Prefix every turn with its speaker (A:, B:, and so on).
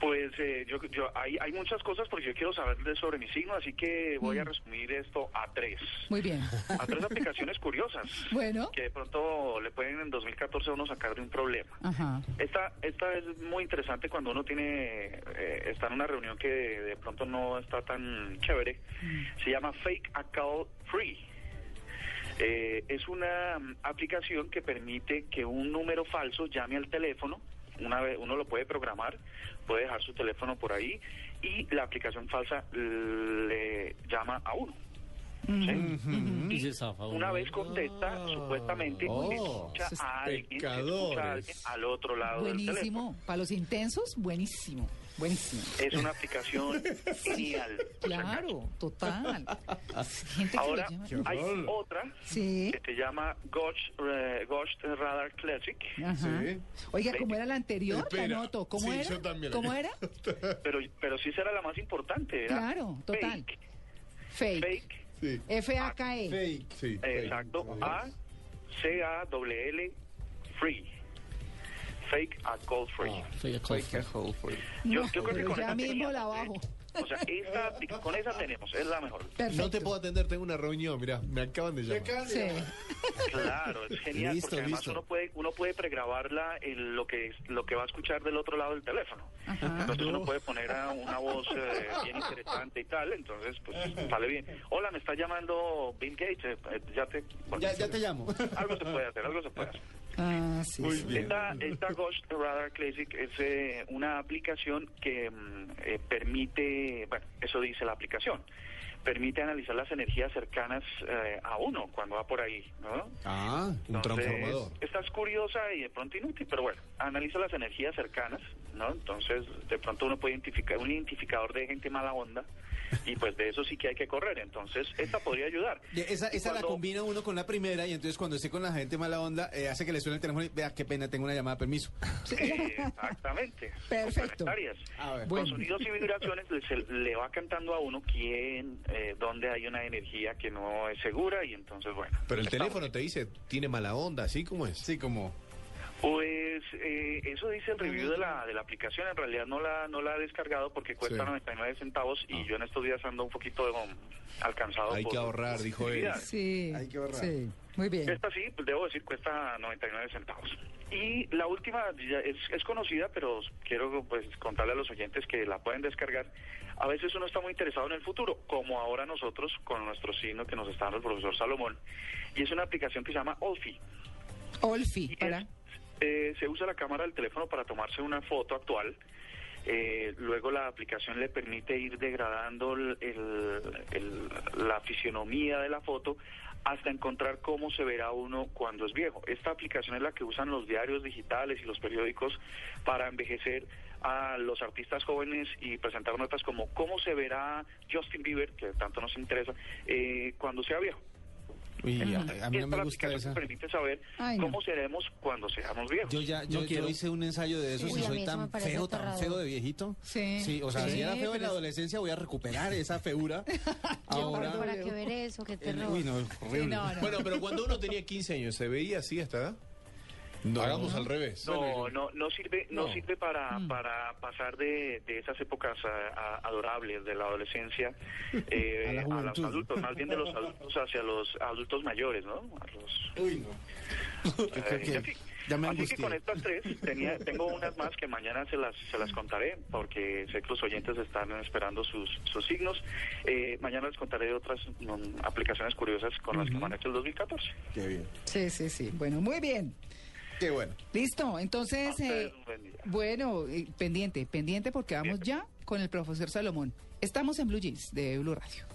A: Pues eh, yo, yo, hay, hay muchas cosas porque yo quiero saber de- sobre mi signo, así que voy a resumir esto a tres.
B: Muy bien.
A: A tres aplicaciones curiosas
B: Bueno.
A: que de pronto le pueden en 2014 a uno sacar de un problema.
B: Ajá.
A: Esta, esta es muy interesante cuando uno tiene eh, está en una reunión que de, de pronto no está tan chévere. Se llama Fake Account Free. Eh, es una mm, aplicación que permite que un número falso llame al teléfono. Una vez uno lo puede programar, puede dejar su teléfono por ahí y la aplicación falsa le llama a uno. ¿sí?
C: Y se zafa uno.
A: Una vez contesta, supuestamente
C: Oh,
A: escucha
B: esos
A: a alguien, escucha a alguien
C: pecadores.
A: al otro lado del teléfono.
B: Buenísimo. Para los intensos, buenísimo. Buenísimo.
A: Es una aplicación genial.
B: Claro, total. Gente que
A: Ahora
B: lo llama.
A: hay otra
B: Sí.
A: que se llama Ghost, eh, Ghost Radar Classic,
B: Ajá.
D: Sí.
B: Oiga, ¿cómo era la anterior? La
D: Espera.
B: anoto. ¿Cómo
D: Sí,
B: era?
D: yo también la
B: ¿Cómo
D: anoto.
B: era?
A: pero, pero sí será la más importante. era
B: Claro, total.
A: Fake,
B: Fake.
A: fake,
D: Sí.
E: Eh,
B: F-A-K-E.
D: Fake. Sí.
A: eh, exacto, A, C, A, W, L, free. Fake a call free.
D: Ah.
C: Soy acá.
A: Yo-
B: No,
A: yo creo que
B: pero
A: con
B: ya
A: esa
B: mismo
A: teníamos,
B: la
A: ¿eh?
B: bajo.
A: O sea, esta- con esa tenemos, es la mejor.
B: Perfecto.
D: No te puedo atender, tengo una reunión, mirá, me acaban de llamar.
B: Sí.
A: Claro, es genial
D: Listo,
A: porque además
D: listo.
A: uno puede uno puede pregrabarla en lo que es- lo que va a escuchar del otro lado del teléfono. Entonces uno puede poner a una voz eh, bien interesante y tal, entonces pues sale bien. Hola, me está llamando Bill Gates, eh, eh, ya te bueno,
E: Ya, ya te llamo.
A: algo se puede hacer, algo se puede hacer.
B: Ah, sí.
D: Muy
B: sí.
D: bien.
A: Esta, esta Ghost Radar Classic es eh, una aplicación que mm, eh, permite, bueno, eso dice la aplicación, permite analizar las energías cercanas eh, a uno cuando va por ahí, ¿no?
D: Ah, un
A: Entonces,
D: transformador.
A: Esta es curiosa y de pronto inútil, pero bueno, analiza las energías cercanas, ¿no? Entonces, de pronto uno puede identificar un identificador de gente mala onda y pues de eso sí que hay que correr. Entonces, esta podría ayudar.
E: Y Esa,
A: Y
E: esa la
A: cuando-
E: combina uno con la primera y entonces cuando esté con la gente mala onda eh, hace que le suene el teléfono y vea qué pena, tengo una llamada, permiso.
A: Eh, Exactamente.
B: Perfecto.
A: Complementarias.
E: A ver.
B: Bueno.
A: Con sonidos y vibraciones le- se- le va cantando a uno quién, eh, dónde hay una energía que no es segura y entonces, bueno.
D: Pero el
A: estamos.
D: teléfono te dice, tiene mala onda, ¿así como es?
E: Sí, como...
A: Pues eh, eso dice el review de la, de la aplicación. En realidad no la no la he descargado porque cuesta
D: Sí. Ah.
A: 99 centavos y yo en estos días ando un poquito um, alcanzado.
D: Hay
A: por-
D: que ahorrar, dijo él.
A: Mira,
B: Sí.
E: Hay que ahorrar.
B: Sí. Muy bien.
A: Esta sí, pues, debo decir, cuesta 99 centavos. Y la última ya es, es conocida, pero quiero pues contarle a los oyentes que la pueden descargar. A veces uno está muy interesado en el futuro, como ahora nosotros con nuestro signo que nos está dando el profesor Salomón. Y es una aplicación que se llama Olfi.
B: Olfi,
A: Y
B: para.
A: es, eh, se usa la cámara del teléfono para tomarse una foto actual. Eh, luego la aplicación le permite ir degradando el- el- el- la fisionomía de la foto hasta encontrar cómo se verá uno cuando es viejo. Esta aplicación es la que usan los diarios digitales y los periódicos para envejecer a los artistas jóvenes y presentar notas como cómo se verá Justin Bieber, que tanto nos interesa, eh, cuando sea viejo.
E: Uy, a, a mí no
A: Esta
E: me
A: la
E: gusta
A: aplicación
E: esa.
A: permite saber
B: Ay, no.
A: cómo seremos cuando seamos viejos.
E: Yo ya
C: No
E: yo, yo
C: quiero.
E: hice un ensayo de eso
F: Sí.
E: y
F: Uy, a mí
E: soy
F: eso
E: tan
F: me parece
E: feo, tan
F: aterrador.
E: feo de viejito.
B: Sí.
E: Sí, o sea,
B: Sí,
E: si era feo en
B: pero
E: la
B: es-
E: adolescencia voy a recuperar esa feura.
F: Yo,
E: Ahora...
F: ¿Para qué ver eso? Qué
E: el-
F: terror.
E: uy, no,
B: Sí,
E: horrible.
B: no, no.
D: Bueno, pero cuando uno tenía 15 años, ¿se veía así hasta edad? Hagamos al revés.
A: No, no, no sirve, no,
D: No.
A: sirve para,
E: Mm.
A: para pasar de, de esas épocas a- a- adorables de la adolescencia eh,
E: A la
A: a, los
E: juventud.
A: adultos, más bien de los adultos hacia los adultos mayores, ¿no? A los,
E: Uy, no. Yo creo
A: eh, y así.
E: que ya me
A: Así que
E: angustié.
A: con estas tres tenía, tengo unas más que mañana se las se las contaré porque sé que los oyentes están esperando sus, sus signos. Eh, mañana les contaré de otras mm, aplicaciones curiosas con las que manejo el 2014.
E: Qué bien.
B: Sí, sí, sí. Bueno, muy bien.
E: Qué bueno.
B: Listo.
A: A
B: Entonces,
A: ustedes
B: eh,
A: un buen día.
B: bueno, eh, pendiente, pendiente porque vamos ya con el profesor Salomón. Estamos en Blue Jeans de Blue Radio.